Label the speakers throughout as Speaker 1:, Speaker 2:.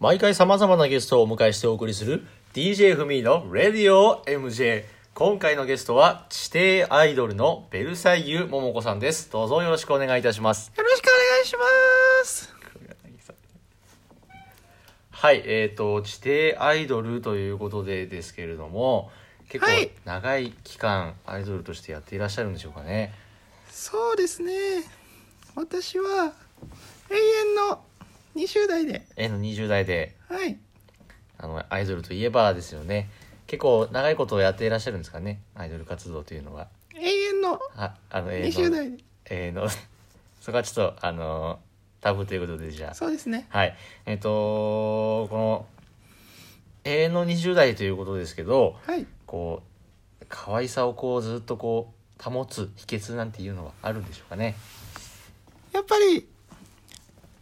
Speaker 1: 毎回様々なゲストをお迎えしてお送りする DJ ふみの Radio MJ。今回のゲストは地底アイドルのベルサイユ桃子さんです。どうぞよろしくお願いいたします。
Speaker 2: よろしくお願いします。
Speaker 1: はい、えっ、と、地底アイドルということでですけれども、結構
Speaker 2: はい
Speaker 1: 長い期間アイドルとしてやっていらっしゃるんでしょうかね。
Speaker 2: そうですね。私は永遠の20代で、
Speaker 1: えの20代で、
Speaker 2: はい。
Speaker 1: あの、アイドルといえばですよね。結構長いことをやっていらっしゃるんですかね、アイドル活動というのは。
Speaker 2: 永遠の
Speaker 1: あ、あの、え
Speaker 2: 20代で、
Speaker 1: えーの そこはちょっとあのータブーということでじゃあ
Speaker 2: そうですね。
Speaker 1: はいえっ、とこの永遠の20代ということですけど
Speaker 2: はい。
Speaker 1: こう可愛さをこうずっとこう保つ秘訣なんていうのはあるんでしょうかね
Speaker 2: やっぱり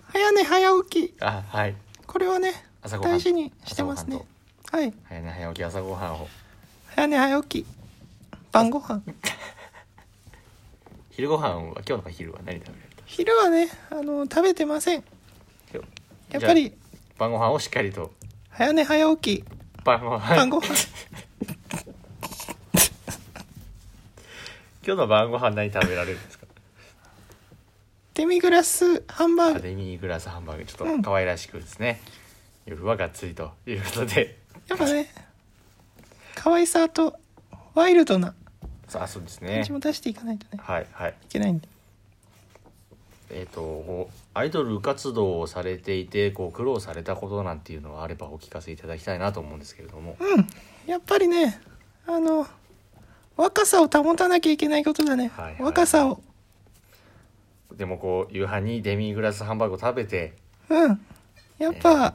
Speaker 2: 早寝早起き、
Speaker 1: あはい
Speaker 2: これはね
Speaker 1: 朝ごはん
Speaker 2: 大事にしてますね。はい。
Speaker 1: 早寝早起き朝ごはんを
Speaker 2: 早寝早起き、晩ご飯。
Speaker 1: 昼ごはんは今日の昼は何食べられた
Speaker 2: 昼はねあの食べてません。
Speaker 1: 今日
Speaker 2: やっぱ
Speaker 1: じ
Speaker 2: り
Speaker 1: ゃあ晩ごはんをしっかりと
Speaker 2: 早寝早起き、
Speaker 1: 晩ごはん
Speaker 2: 晩ご飯。
Speaker 1: 今日の晩ごはん何食べられるんです か
Speaker 2: デミグラスハンバー
Speaker 1: ア
Speaker 2: グ。
Speaker 1: デミーグラスハンバーグちょ
Speaker 2: う
Speaker 1: っ
Speaker 2: ん
Speaker 1: と可愛らしくですね、夜はがっつりということで
Speaker 2: やっぱね可愛さとワイルドな
Speaker 1: さあそうです
Speaker 2: 感
Speaker 1: ね
Speaker 2: じも出していかないとね
Speaker 1: はいはい
Speaker 2: いけないんで
Speaker 1: えっ、とこうアイドル活動をされていてこう苦労されたことなんていうのはあればお聞かせいただきたいなと思うんですけれども
Speaker 2: うんやっぱりねあの若さを保たなきゃいけないことだね、
Speaker 1: はいはい
Speaker 2: 若さを
Speaker 1: でもこう夕飯にデミグラスハンバーグを食べて
Speaker 2: うんやっぱ、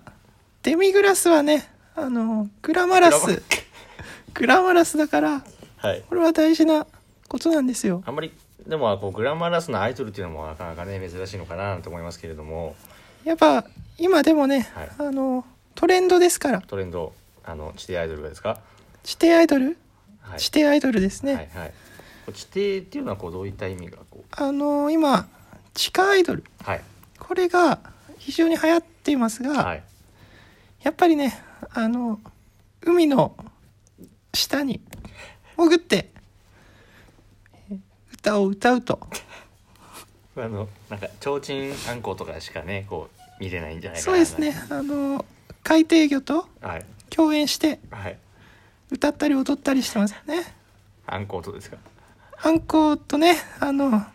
Speaker 2: デミグラスはねあのグラマラス グラマラスだから
Speaker 1: はい
Speaker 2: これは大事なことなんですよ
Speaker 1: あんまりでもこうグラマラスなアイドルっていうのもなかなかね珍しいのかなと思いますけれども
Speaker 2: やっぱ今でもね、
Speaker 1: はい
Speaker 2: あのトレンドですから
Speaker 1: トレンドあの地底アイドルがですか
Speaker 2: 地底アイドル、
Speaker 1: はい
Speaker 2: 地底アイドルですね、
Speaker 1: はいはいこう地底っていうのはこうどういった意味がこう
Speaker 2: あの今地下アイドル
Speaker 1: はい
Speaker 2: これが非常に流行っていますが、
Speaker 1: はい
Speaker 2: やっぱりねあの海の下に潜ってえー歌を歌うと
Speaker 1: あのなんか提灯あんことかしかねこう見れないんじゃないか
Speaker 2: そ
Speaker 1: な
Speaker 2: うですねあの海底魚と
Speaker 1: はい
Speaker 2: 共演して
Speaker 1: はい
Speaker 2: 歌ったり踊ったりしてますよね
Speaker 1: あんことですか
Speaker 2: アンコールとねあの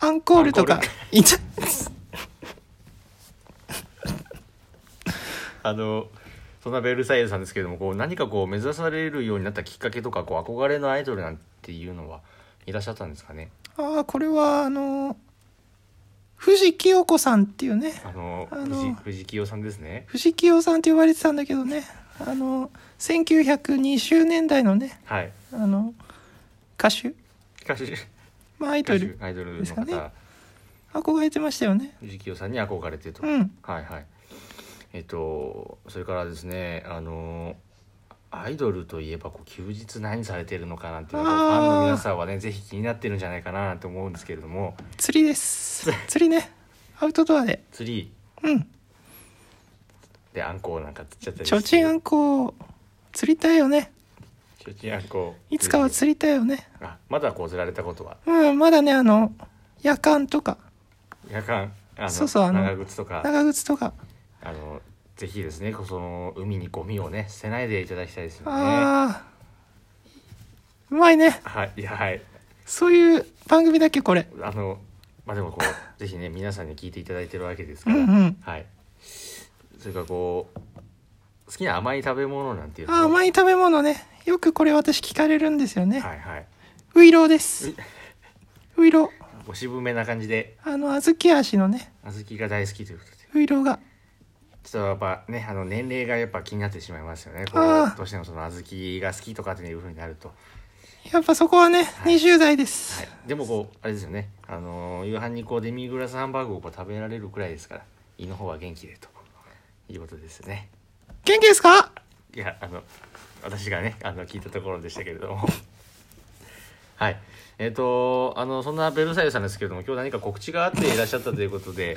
Speaker 2: アンコールと
Speaker 1: アン
Speaker 2: か
Speaker 1: コー
Speaker 2: いた
Speaker 1: あのそんなベルサイユさんですけれどもこう何かこう目指されるようになったきっかけとかこう憧れのアイドルなんていうのはいらっしゃったんですかね
Speaker 2: ああこれはあの藤清子さんっていうね
Speaker 1: あの
Speaker 2: あの
Speaker 1: 藤藤清さんですね
Speaker 2: 藤清さんって呼ばれてたんだけどねあの1920年代のね
Speaker 1: はい
Speaker 2: あの歌手、
Speaker 1: しかし
Speaker 2: まあ、アイドル
Speaker 1: アイドル
Speaker 2: で
Speaker 1: の
Speaker 2: す
Speaker 1: 方、
Speaker 2: かね憧れてましたよね
Speaker 1: 藤清さんに憧れてと、
Speaker 2: うん
Speaker 1: はいはいえっとそれからですねあのアイドルといえばこう休日何されてるのかなっていうのはこう
Speaker 2: あー
Speaker 1: ファンの皆さんはねぜひ気になってるんじゃないかなと思うんですけれども
Speaker 2: 釣りです釣りねアウトドアで
Speaker 1: 釣り
Speaker 2: うん
Speaker 1: であんこをなんか釣っちゃったり
Speaker 2: ちょうちんあ
Speaker 1: ん
Speaker 2: んこを釣りたいよね
Speaker 1: ちょうちんあんこ
Speaker 2: いつかは釣りたいよね
Speaker 1: あまだこう釣られたことは
Speaker 2: うんまだねあの夜間とか
Speaker 1: 夜間あの
Speaker 2: そうそうあの
Speaker 1: 長靴とか
Speaker 2: 長靴とか
Speaker 1: あのぜひですねこうその海にゴミをね捨てないでいただきたいですよね
Speaker 2: ああうまいね
Speaker 1: はいいやはい
Speaker 2: そういう番組だっけこれ
Speaker 1: あのまあでもこ うぜひね皆さんに聞いていただいてるわけですから、
Speaker 2: うんうん
Speaker 1: はいそれからこう好きな甘い食べ物なんていうの
Speaker 2: あー甘
Speaker 1: い
Speaker 2: い食べ物ねよくこれ私聞かれるんですよね、
Speaker 1: はいはい
Speaker 2: ウイローです
Speaker 1: うい。
Speaker 2: ウイロー。
Speaker 1: お渋めな感じで
Speaker 2: あの、小豆足のね、
Speaker 1: 小豆が大好きということで
Speaker 2: ウイローが。
Speaker 1: ちょっとやっぱねあの年齢がやっぱ気になってしまいますよねこ
Speaker 2: あ
Speaker 1: う
Speaker 2: ー
Speaker 1: どうしてもその小豆が好きとかっていうふうになると
Speaker 2: やっぱそこはね、
Speaker 1: い
Speaker 2: 20代です。
Speaker 1: はい、でもこうあれですよね、あのー夕飯にこうデミグラスハンバーグをこう食べられるくらいですから胃の方は元気でということですね
Speaker 2: 元気ですか
Speaker 1: いやあの私がねあの聞いたところでしたけれども はいえっ、とあのそんなベルサイユさんですけれども今日何か告知があっていらっしゃったということで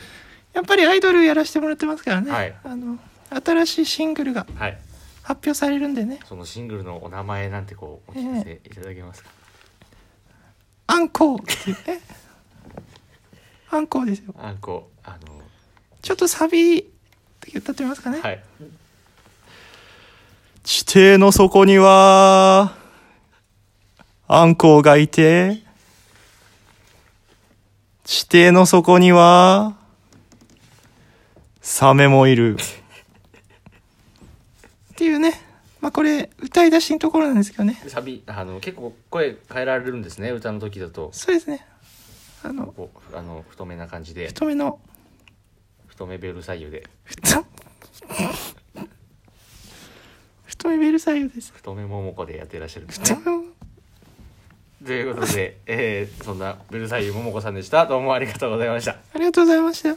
Speaker 2: やっぱりアイドルやらせてもらってますからね。
Speaker 1: はい
Speaker 2: あの、新しいシングルが
Speaker 1: はい
Speaker 2: 発表されるんでね
Speaker 1: そのシングルのお名前なんてこうお聞かせいただけますか、
Speaker 2: アンコウっていうねアンコウですよ
Speaker 1: あんこあの
Speaker 2: ちょっとサビ歌ってみますかね、
Speaker 1: はい
Speaker 2: 地底の底には、アンコウがいて、地底の底には、サメもいる。っていうね。まあこれ、歌い出しのところなんですけどね。
Speaker 1: サビあの結構声変えられるんですね歌の時だと
Speaker 2: そうですね。あの、
Speaker 1: こうあの太めな感じで
Speaker 2: 太めの、
Speaker 1: 太めベル左右で
Speaker 2: 太、太めベルサイユです。
Speaker 1: 太めももこでやってらっしゃるんです
Speaker 2: 太
Speaker 1: ね
Speaker 2: めも、
Speaker 1: ということで、えーそんなベルサイユももこさんでしたどうもありがとうございました
Speaker 2: ありがとうございました。